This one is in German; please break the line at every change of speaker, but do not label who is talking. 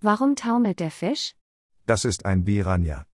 Warum taumelt der Fisch?
Das ist ein Piranha.